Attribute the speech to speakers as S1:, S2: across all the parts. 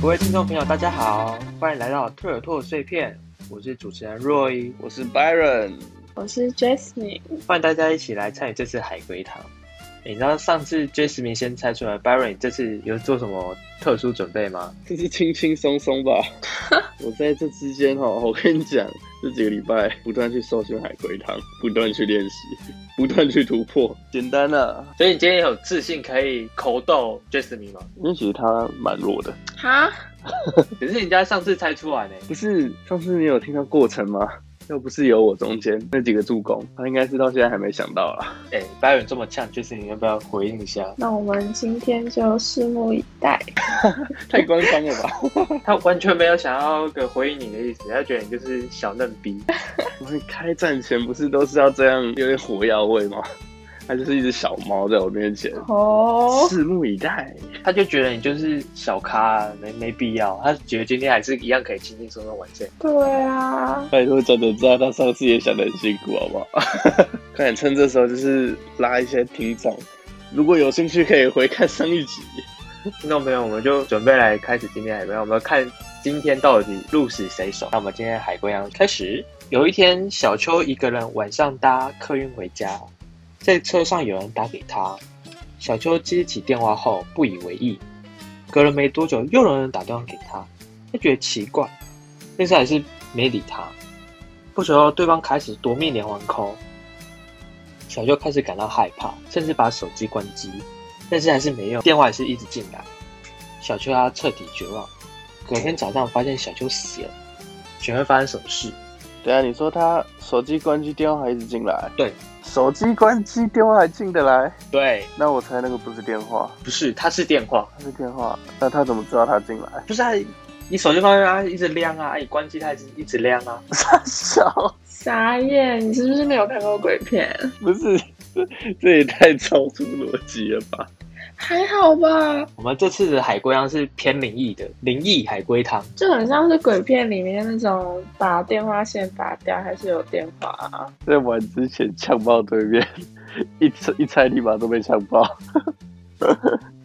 S1: 各位听众朋友，大家好，欢迎来到退尔兔碎片，我是主持人若一，
S2: 我是 Byron，
S3: 我是 Jasmine。
S1: 欢迎大家一起来参与这次海龟汤。诶你知道上次 Jasmine 先猜出来，Byron 你这次有做什么特殊准备吗？
S2: 这是轻轻松松 吧。我在这之间哈，我跟你讲，这几个礼拜不断去搜寻海龟汤，不断去练习，不断去突破，简单啊。
S1: 所以你今天有自信可以口斗 Jasmine 吗？
S2: 因为其实他蛮弱的，
S3: 哈，
S1: 可是人家上次猜出来呢，
S2: 不是上次你有听到过程吗？又不是有我中间那几个助攻，他应该是到现在还没想到啊。
S1: 哎、b y r o n 这么呛，Jasmine 要不要回应一下？
S3: 那我们今天就拭目以待。
S2: 太官方了吧？
S1: 他完全没有想要个回应你的意思，他觉得你就是小嫩逼。
S2: 我们开战前不是都是要这样有点火药味吗？他就是一只小猫在我面前，
S3: 哦，
S2: 拭目以待。
S1: 他就觉得你就是小咖，没没必要。他觉得今天还是一样可以轻轻松松完成。
S3: 对啊，
S2: 拜托，真的知道他上次也想得很辛苦，好 不好？快点趁这时候就是拉一些听众，如果有兴趣可以回看上一集。
S1: 听众朋友，我们就准备来开始今天海龟汤，我们看今天到底鹿死谁手。那我们今天海龟汤开始。有一天，小秋一个人晚上搭客运回家，在车上有人打给他，小秋接起电话后不以为意。隔了没多久，又有人打电话给他，他觉得奇怪，但是还是没理他。不久后，对方开始夺命连环 call，小秋开始感到害怕，甚至把手机关机。但是还是没用，电话还是一直进来。小秋他彻底绝望。隔天早上发现小秋死了，请问发生什么事？
S2: 对啊，你说他手机关机，电话还一直进来？
S1: 对，
S2: 手机关机，电话还进得来？
S1: 对，
S2: 那我猜那个不是电话，
S1: 不是，他是电话，
S2: 他是电话。那他怎么知道他进来？
S1: 不是啊，你手机放在那一直亮啊，啊你关机它一直一直亮啊。
S2: 傻 笑，
S3: 傻眼！你是不是没有看过鬼片？
S2: 不是， 这这也太超出逻辑了吧？
S3: 还好吧，
S1: 我们这次的海龟汤是偏灵异的，灵异海龟汤。
S3: 就很像是鬼片里面那种把电话线拔掉，还是有电话啊。
S2: 在玩之前呛爆对面， 一猜一猜立马都被呛爆。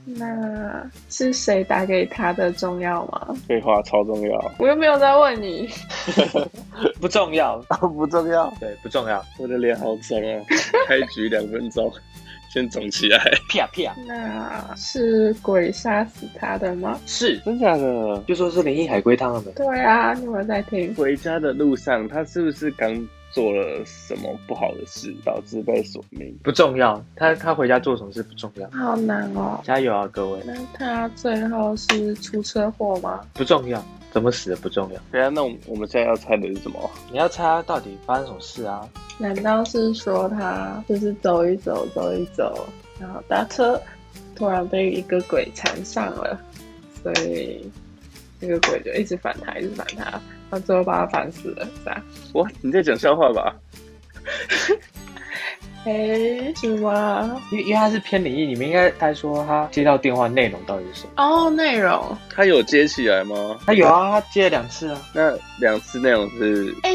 S3: 那是谁打给他的重要吗？
S2: 废话超重要，
S3: 我又没有在问你。
S1: 不重要，
S2: 不重要。
S1: 对，不重要。
S2: 我的脸好肿 哦！开局两分钟，先肿起来。
S1: 啪啪，
S3: 那是鬼杀死他的吗？
S1: 是，
S2: 真假的？
S1: 就说是灵异海龟汤了没？
S3: 对啊，你们在听。
S2: 回家的路上，他是不是刚做了什么不好的事，导致被索命？
S1: 不重要，他他回家做什么事不重要，
S3: 好难哦。
S1: 加油啊各位，
S3: 那他最后是出车祸吗？
S1: 不重要，怎么死的不重要。
S2: 对啊，那我们我们现在要猜的是什么？
S1: 你要猜到底发生什么事啊？
S3: 难道是说他就是走一走，走一走，然后搭车，突然被一个鬼缠上了，所以那个鬼就一直反他，一直反他，然后最后把他反死了，是吧？
S2: 哇，你在讲笑话吧？
S3: 哎，是吗？
S1: 因为因为他是偏灵异，你们应该该说他接到电话内容到底是什么？
S3: 哦，内容，
S2: 他有接起来吗？
S1: 他有啊，他接了两次啊。
S2: 那两次内容是，
S3: 哎，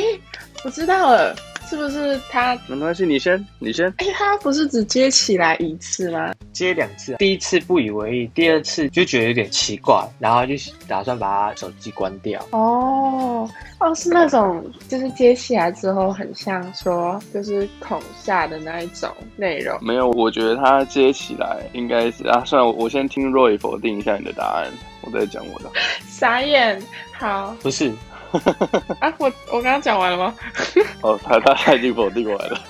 S3: 我知道了，是不是他？
S2: 没关系，你先，你先。
S3: 哎，他不是只接起来一次吗？
S1: 接两次、啊第一次不以为意，第二次就觉得有点奇怪，然后就打算把他手机关掉。
S3: 哦，哦，是那种就是接起来之后很像说就是恐吓的那一种内容。
S2: 没有，我觉得他接起来应该是啊。算了，我先听 Roy 否定一下你的答案，我再讲我的。
S3: 傻眼，好
S1: 不是，
S3: 啊，我我刚刚讲完了吗？
S2: 哦，他他他已经否定完了。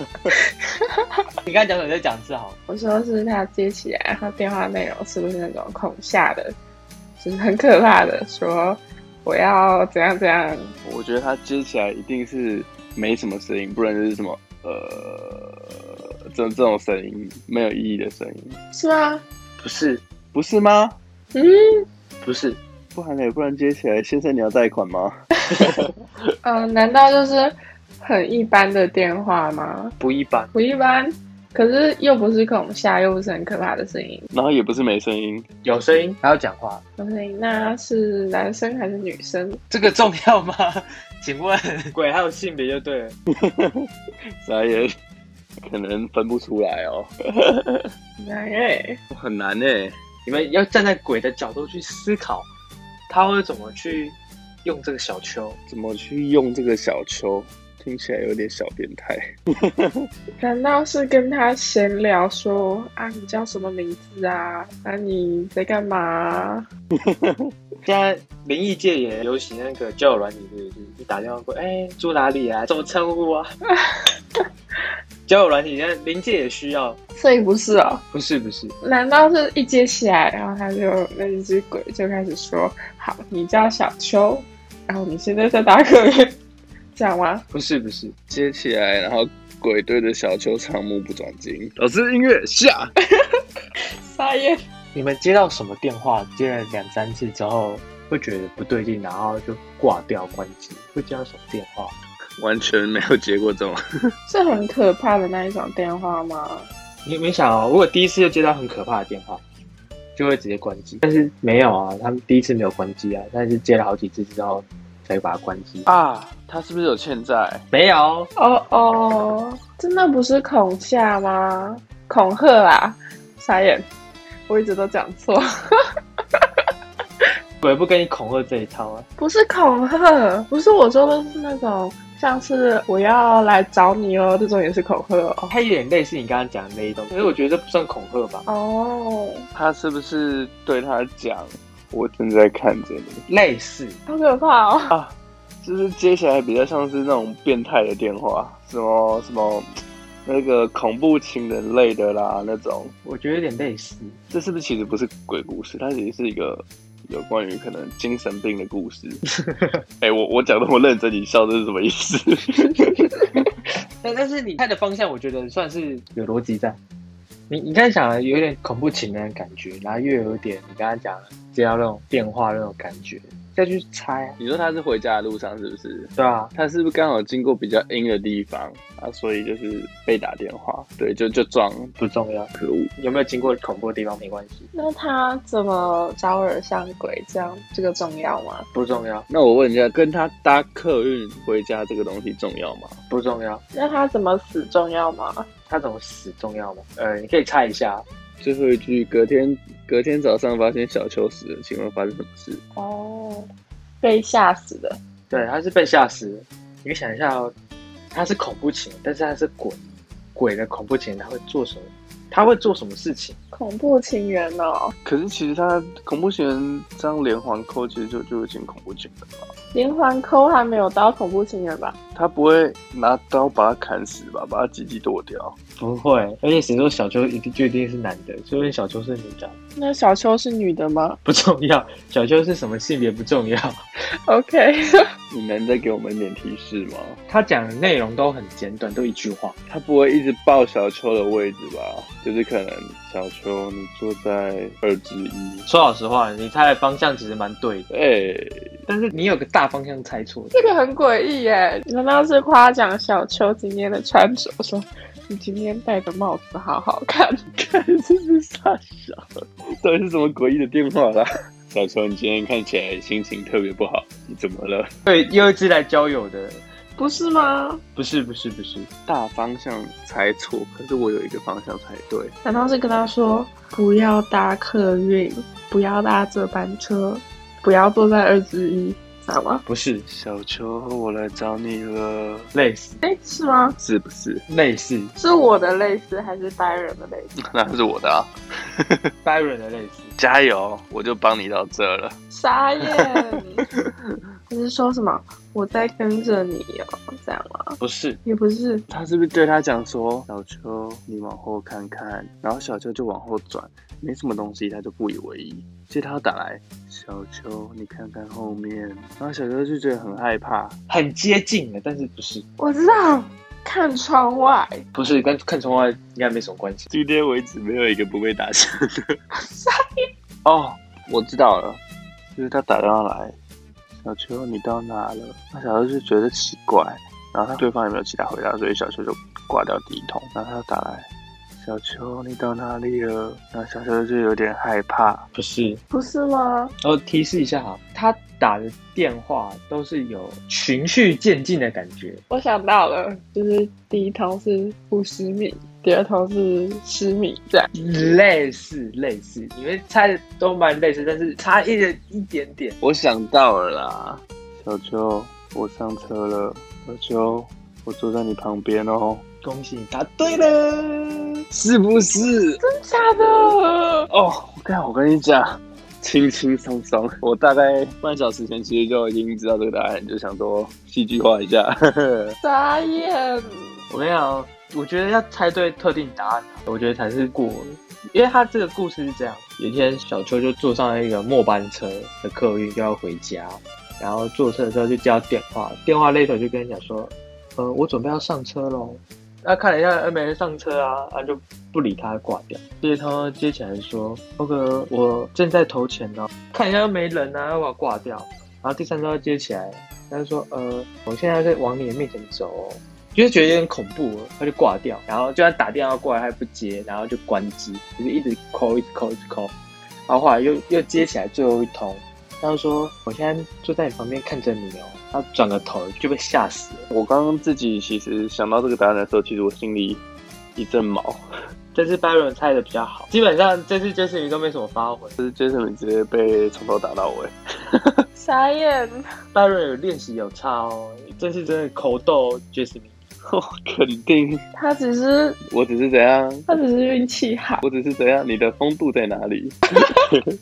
S1: 你刚才讲什么？再讲一次好了。
S3: 我说是他接起来，他电话内容是不是那种恐吓的，就是很可怕的，说我要怎样怎样，
S2: 我觉得他接起来一定是没什么声音，不然就是什么呃，这这种声音没有意义的声音，
S3: 是吗？
S1: 不是，
S2: 不是吗？
S3: 嗯，
S1: 不是，
S2: 不然嘞，不然接起来，先生你要贷款吗？
S3: 呃，难道就是很一般的电话吗？
S1: 不一般。
S3: 不一般，可是又不是恐吓，又不是很可怕的声音。
S2: 然后也不是没声音，
S1: 有声音还要讲话，
S3: OK，那是男生还是女生？
S1: 这个重要吗？ 请问鬼还有性别就对了。
S2: 啥也 可能分不出来哦，
S3: 哎，
S2: 很难呢。欸
S1: 你们要站在鬼的角度去思考，他会怎么去用这个小丘？
S2: 怎么去用这个小球？听起来有点小变态。
S3: 难道是跟他闲聊说啊，你叫什么名字啊？啊，你在干嘛啊、
S1: 现在灵异界也流行那个交友软体，就是你打电话过，哎、住哪里啊？怎么称呼啊？交友软体现在灵界也需要，
S3: 所以不是哦？
S1: 不是不是，
S3: 难道是一接起来，然后他就那一只鬼就开始说，好，你叫小秋，然后你现在在打可乐，这样吗？
S1: 不是不是，
S2: 接起来，然后鬼对着小球长目不转睛。老师，音乐下。
S3: 撒野
S1: 你们接到什么电话，接了两三次之后会觉得不对劲，然后就挂掉关机，会接到什么电话？
S2: 完全没有接过这种。
S3: 是很可怕的那一种电话吗？
S1: 你你想哦，如果第一次就接到很可怕的电话，就会直接关机。但是没有啊，他们第一次没有关机啊，但是接了好几次之后才把它关机。啊，
S2: 啊，他是不是有欠债？
S1: 没有，
S3: 哦哦，真的不是恐吓吗？恐吓啊！傻眼，我一直都讲错，
S1: 鬼不跟你恐吓这一套啊。
S3: 不是恐吓，不是我说的是那种像是我要来找你哦，这种也是恐吓哦。
S1: 它有点类似你刚刚讲的那一种，可是我觉得这不算恐吓吧，
S3: 哦，
S2: 他是不是对他讲，我正在看着你？
S1: 类似
S3: 好可怕哦！
S2: 就是接起来比较像是那种变态的电话，什么什么那个恐怖情人类的啦那种。
S1: 我觉得有点类似。
S2: 这是不是其实不是鬼故事？它其实是一个有关于可能精神病的故 事。哎、我我讲那么认真，你笑这是什么意思？
S1: 但但是你看的方向，我觉得算是有逻辑在。你你刚才想的有点恐怖情人的感觉，然后又有点你刚刚讲的接到那种电话那种感觉，再去猜啊，
S2: 你说他是回家的路上是不是？
S1: 对啊，
S2: 他是不是刚好经过比较阴的地方啊？所以就是被打电话，对，就就撞，
S1: 不重要，
S2: 可恶！
S1: 有没有经过恐怖的地方没关系，
S3: 那他怎么招惹上鬼？这样这个重要吗？
S1: 不重要，
S2: 那我问一下，跟他搭客运回家这个东西重要吗？
S1: 不重要。
S3: 那他怎么死重要吗？
S1: 他怎么死重要吗？呃，你可以猜一下，
S2: 最后一句，隔天隔天早上发现小秋死了，请问发生什么事？
S3: 哦，被吓死的。
S1: 对，他是被吓死的。你想一下哦，他是恐怖情人，但是他是鬼，鬼的恐怖情人他会做什么？他会做什么事情？
S3: 恐怖情人哦，
S2: 可是其实他恐怖情人这样连环扣，其实就就已经恐怖情人了。
S3: 连环扣还没有到恐怖情人吧？
S2: 他不会拿刀把他砍死吧？把他鸡鸡剁掉？
S1: 不会，而且谁说小秋一定就一定是男的？说不定小秋是女的，
S3: 那小秋是女的吗
S1: 不重要。小秋是什么性别不重要，
S3: ？OK，
S2: 你能再给我们一点提示吗？
S1: 他讲的内容都很简短，都一句话。
S2: 他不会一直抱小秋的位置吧？就是可能小秋你坐在二之一，
S1: 说老实话，你猜的方向其实蛮对的，
S2: 哎、
S1: 但是你有个大方向猜错的。
S3: 这个很诡异耶！难道是夸奖小秋今天的穿着，说你今天戴的帽子好好看？
S2: 看这是傻笑， 到底是什么诡异的电话啦？小秋，你今天看起来心情特别不好，你怎么了？
S1: 对，又一只来交友的，
S3: 不是吗？
S1: 不是不是不是，
S2: 大方向猜错，可是我有一个方向猜对。
S3: 难道是跟他说不要搭客运，不要搭这班车，不要坐在二之一，知道吗？
S1: 不是
S2: 小秋，我来找你了，
S1: 类似
S3: 哎、是吗？
S2: 是不是？
S1: 类似
S3: 是我的类似还是白人的类似？
S2: 那是我的啊，
S1: Byron 的类似，
S2: 加油，我就帮你到这了。
S3: 傻 眼！他是说什么？我在跟着你哦，这样吗？
S1: 不是
S3: 也不是，
S2: 他是不是对他讲说，小秋，你往后看看，然后小秋就往后转，没什么东西，他就不以为意。接着他打来，小秋，你看看后面，然后小秋就觉得很害怕，
S1: 很接近的，但是不是
S3: 我知道，看窗外。
S1: 不是跟看窗外应该没什么关系
S2: 今天为止没有一个不被打伤的。
S3: 傻
S2: 哦，我知道了，就是他打电话来，小秋你到哪了？那小秋就觉得奇怪，然后他对方也没有其他回答，所以小秋就挂掉第一通。然后他打来，小秋你到哪里了？然后小秋就有点害怕，
S1: 不是。
S3: 不是吗？
S1: 然后提示一下哈，他打的电话都是有循序渐进的感觉，
S3: 我想到了，就是第一通是不失明，第二通是失明这样。
S1: 类似类似，你们猜的都蛮类似，但是差一点一点点。
S2: 我想到了啦，小秋，我上车了，小秋，我坐在你旁边哦，
S1: 恭喜你答对了，
S2: 是不是？
S3: 真假的？
S2: 哦，我看我跟你讲，轻轻松松，我大概半小时前其实就已经知道这个答案，就想说戏剧化一下。
S3: 傻眼！
S1: 我跟你讲哦，我觉得要猜对特定答案，啊我觉得才是过。因为他这个故事是这样：有一天，小秋就坐上了一个末班车的客运，就要回家。然后坐车的时候就接到电话，电话那头就跟你讲说：“呃，我准备要上车喽。”那看了一下，呃，没人上车啊，啊就不理他，挂掉。接通接起来说：“那个我正在投钱呢、看一下又没人啊，要把我挂掉。”然后第三通接起来，他就说：“呃，我现在在往你的面前走、哦。”就是觉得有点恐怖了，他就挂掉，然后就算打电话过来，他也不接，然后就关机，就是一直扣，一直扣，一直扣，然后后来又又接起来最后一通，他就说：“我现在坐在你旁边看着你哦。”他转个头就被吓死了，
S2: 我刚刚自己其实想到这个答案的时候，其实我心里一阵毛，
S1: 这次 Byron 猜的比较好，基本上这次 Jason 鱼都没什么发挥
S2: 就是 Jason 你直接被从头打到尾。
S3: 傻眼！
S1: ，Byron 有练习有差哦，这次真的口斗 Jason 鱼。
S2: 我肯定，
S3: 他只是
S2: 我只是怎样，
S3: 他只是运气好。
S2: 我只是怎样，你的风度在哪里？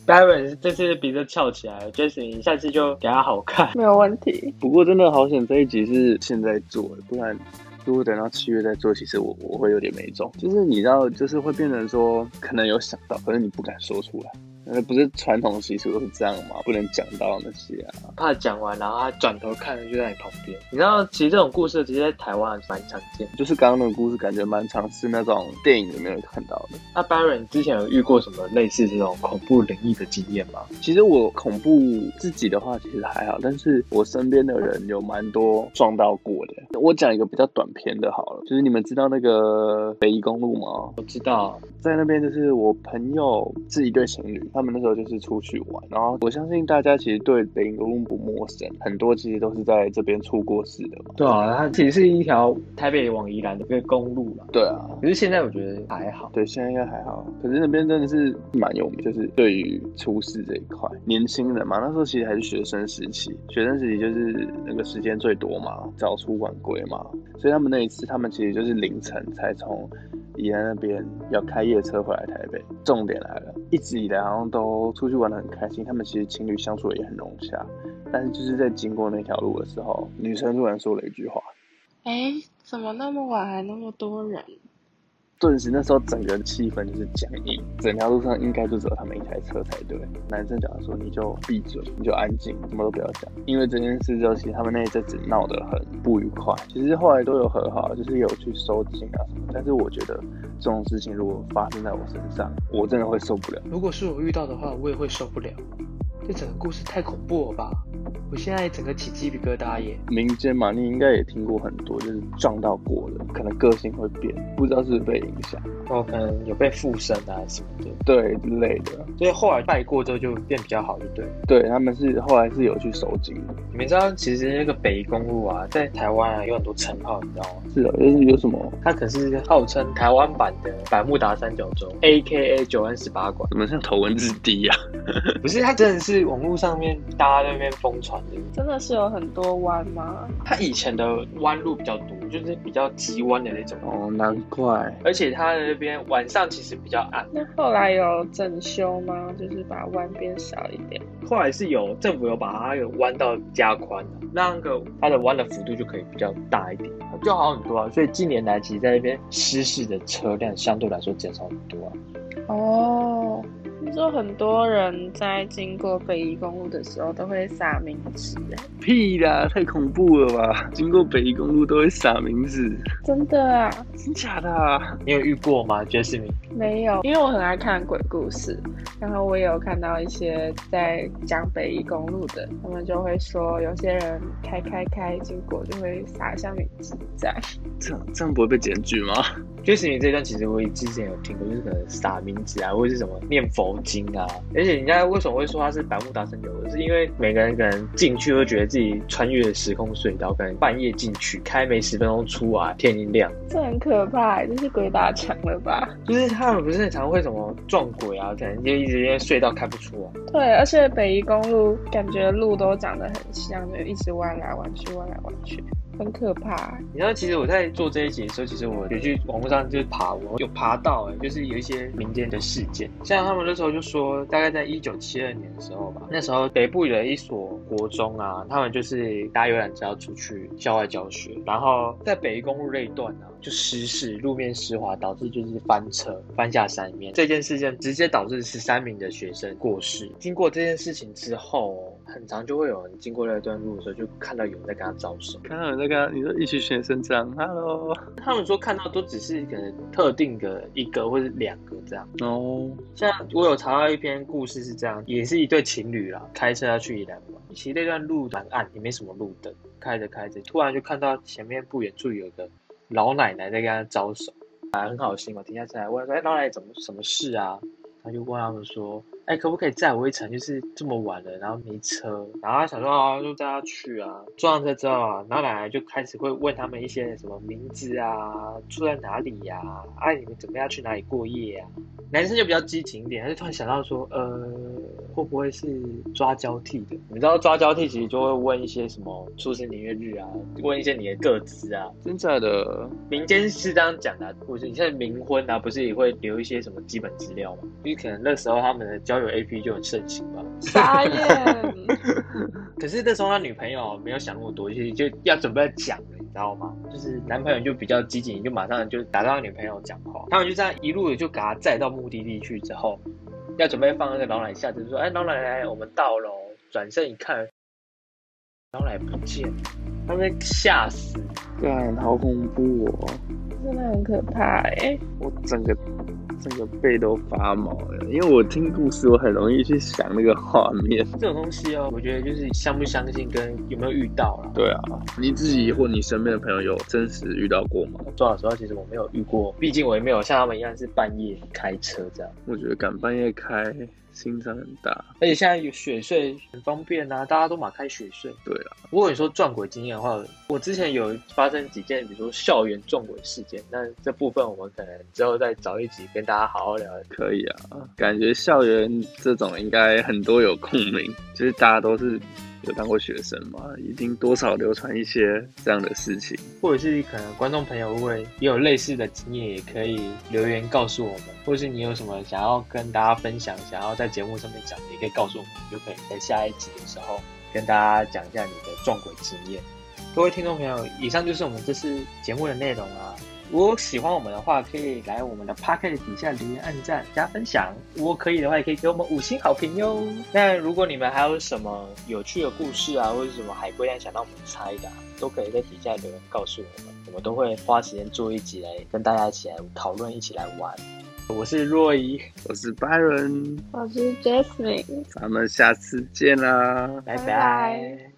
S1: Byron 这次鼻子翘起来了，Jason 鱼下次就给他好看。
S3: 没有问题，
S2: 不过真的好险，这一集是现在做，不然如果等到七月再做，其实我我会有点没种。就是你知道，就是会变成说，可能有想到，可是你不敢说出来。那不是传统习俗都是这样嘛，不能讲到那些啊。
S1: 怕讲完，然后他转头看就在你旁边。你知道，其实这种故事其实在台湾还是蛮常见的。
S2: 就是刚刚那个故事，感觉蛮常是那种电影里面有看到的。
S1: 那 Byron 你之前有遇过什么类似这种恐怖灵异的经验吗？
S2: 其实我恐怖自己的话其实还好，但是我身边的人有蛮多撞到过的。我讲一个比较短篇的好了，就是你们知道那个北宜公路吗？
S1: 我知道，
S2: 在那边就是我朋友是一对情侣，他们那时候就是出去玩，然后我相信大家其实对北宜公路不陌生，很多其实都是在这边出过事的嘛。
S1: 对啊，它其实是一条台北往宜兰的一个公路啦。
S2: 对啊，
S1: 可是现在我觉得还好，
S2: 对，现在应该还好，可是那边真的是蛮有名，就是对于出事这一块，年轻人嘛，那时候其实还是学生时期，学生时期就是那个时间最多嘛，早出晚归嘛，所以他们那一次，他们其实就是凌晨才从宜兰那边要开夜车回来台北。重点来了，一直以来好像都出去玩的很开心，他们其实情侣相处得也很融洽，但是就是在经过那条路的时候，女生突然说了一句话，
S3: 哎，怎么那么晚还那么多人？
S2: 顿时那时候整个气氛就是僵硬，整条路上应该就只有他们一台车才对。男生讲说你就闭嘴，你就安静，什么都不要讲，因为这件事就其实他们那一阵子闹得很不愉快。其实后来都有和好，啊就是有去收金啊什么。但是我觉得这种事情如果发生在我身上，我真的会受不了。
S1: 如果是我遇到的话，我也会受不了。这整个故事太恐怖了吧！我现在整个起鸡皮疙瘩耶。
S2: 民间嘛，你应该也听过很多，就是撞到过的，可能个性会变，不知道是不是被影响，
S1: 我哦可能有被附身啊什么的，
S2: 对之类的。
S1: 所以后来拜过之后就变比较好，就对了。
S2: 对，他们是后来是有去收金的。
S1: 你们知道，其实那个北宜公路啊，在台湾啊有很多称号，你知道吗？
S2: 是的，就是有什么
S1: 它可是号称台湾版的百慕达三角洲 （A K A 九 N 十八馆
S2: 怎么像头文字 D 呀、啊？），
S1: 不是它真的是网络上面大家在那边疯传的。
S3: 真的是有很多弯吗？
S1: 它以前的弯路比较多，就是比较急弯的那种，
S2: 哦，难怪。
S1: 而且它的那边晚上其实比较暗。
S3: 那后来有整修吗？就是把弯变小一点。
S1: 后来是有政府有把它有弯道加宽的，让那个它的弯的幅度就可以比较大一点，就好很多啊。所以近年来其实在那边失事的车辆相对来说减少很多啊。
S3: 哦，听说很多人在经过北宜公路的时候都会撒冥纸，哎，
S2: 屁啦，太恐怖了吧！经过北宜公路都会撒名字，
S3: 真的啊？
S2: 真假的、啊？
S1: 你有遇过吗，Jasmine？
S3: 没有，因为我很爱看鬼故事，然后我也有看到一些在讲北宜公路的，他们就会说有些人开开开经过就会撒向你鸡仔，
S2: 这样这样不会被检举吗？
S1: 就是你这段，其实我之前有听过，就是可能撒名字啊，或者是什么念佛经啊。而且人家为什么会说它是百慕达神游？是因为每个人可能进去会觉得自己穿越了时空隧道，可能半夜进去，开没十分钟出来，天一亮。
S3: 这很可怕，这是鬼打墙了吧？
S1: 就是他们不是很常会什么撞鬼啊，可能就一直因为隧道开不出啊来。
S3: 对，而且北宜公路感觉路都长得很像，就一直弯来弯去，弯来弯去，很可怕。
S1: 你知道，其实我在做这一集的时候，其实我有去网络上就是爬文，我有爬到哎、就是有一些民间的事件，像他们那时候就说，大概在一九七二年的时候吧，那时候北部有一所国中啊，他们就是搭游览车要出去校外教学，然后在北宜公路那一段啊，就失事，路面湿滑，导致就是翻车，翻下山面。这件事件直接导致十三名的学生过世。经过这件事情之后哦，很常就会有人经过那段路的时候，就看到有人在跟他招手。
S2: 看到你在跟他你说一群学生这样，Hello，
S1: 他们说看到都只是可能特定的一个或者两个这样。
S2: 哦，
S1: 像我有查到一篇故事是这样，也是一对情侣啦，开车要去宜兰玩，其实那段路蛮暗，也没什么路灯，开着开着，突然就看到前面不远处有个老奶奶在跟他招手，啊，很好心嘛，停下车来问说，哎，老奶奶怎么什么事啊？他就问他们说，哎，可不可以载我一程？就是这么晚了，然后没车，然后他想说啊，就带他去啊。坐上车之后啊，然后奶奶就开始会问他们一些什么名字啊，住在哪里呀、啊？哎、你们准备要去哪里过夜啊？男生就比较激情一点，他就突然想到说，呃，会不会是抓交替的？你知道抓交替其实就会问一些什么出生年月日啊，问一些你的个资啊，
S2: 真假的？
S1: 民间是这样讲的、啊，我觉得你现在冥婚啊，不是也会留一些什么基本资料吗？因为可能那时候他们的交友 A P 就很盛行吧。
S3: 傻眼，
S1: 可是那时候他女朋友没有想那么多，就是就要准备要讲了，你知道吗？就是男朋友就比较积极，就马上就打到女朋友讲话，他们就这样一路就给他载到目的地去之后，要准备放那个老奶下，就是说，哎，老奶奶，我们到喽。转身一看，老奶不见，他们吓死。
S2: 干，好恐怖哦！
S3: 真的很可怕哎、
S2: 我整个整个背都发毛了，因为我听故事，我很容易去想那个画面。
S1: 这种东西哦，我觉得就是相不相信跟有没有遇到啦。
S2: 对啊，你自己或你身边的朋友有真实遇到过吗？
S1: 说老实话，其实我没有遇过，毕竟我也没有像他们一样是半夜开车这样。
S2: 我觉得赶半夜开，心脏很大。
S1: 而且现在有雪隧很方便啊，大家都马开雪隧。
S2: 对啊，
S1: 如果你说撞鬼经验的话，我之前有发生几件，比如说校园撞鬼事件，但这部分我们可能之后再找一集跟大家好好聊。
S2: 可以啊，感觉校园这种应该很多有共鸣，就是大家都是有当过学生嘛，一定多少流传一些这样的事情。
S1: 或者是可能观众朋友会也有类似的经验，也可以留言告诉我们，或者是你有什么想要跟大家分享，想要在节目上面讲，也可以告诉我们，有可能在下一集的时候跟大家讲一下你的撞鬼经验。各位听众朋友，以上就是我们这次节目的内容啊啦、如果喜欢我们的话，可以来我们的 p o c k e t 底下留言、按赞、加分享。如果可以的话，也可以给我们五星好评哟。那如果你们还有什么有趣的故事啊，或者是什么海龟蛋想让我们猜的、啊，都可以在底下留言告诉我们，我们都会花时间做一集来跟大家一起来讨论、一起来玩。我是若怡，
S2: 我是 Byron，
S3: 我是 Jasmine。
S2: 咱们下次见啦。
S1: 拜
S3: 拜拜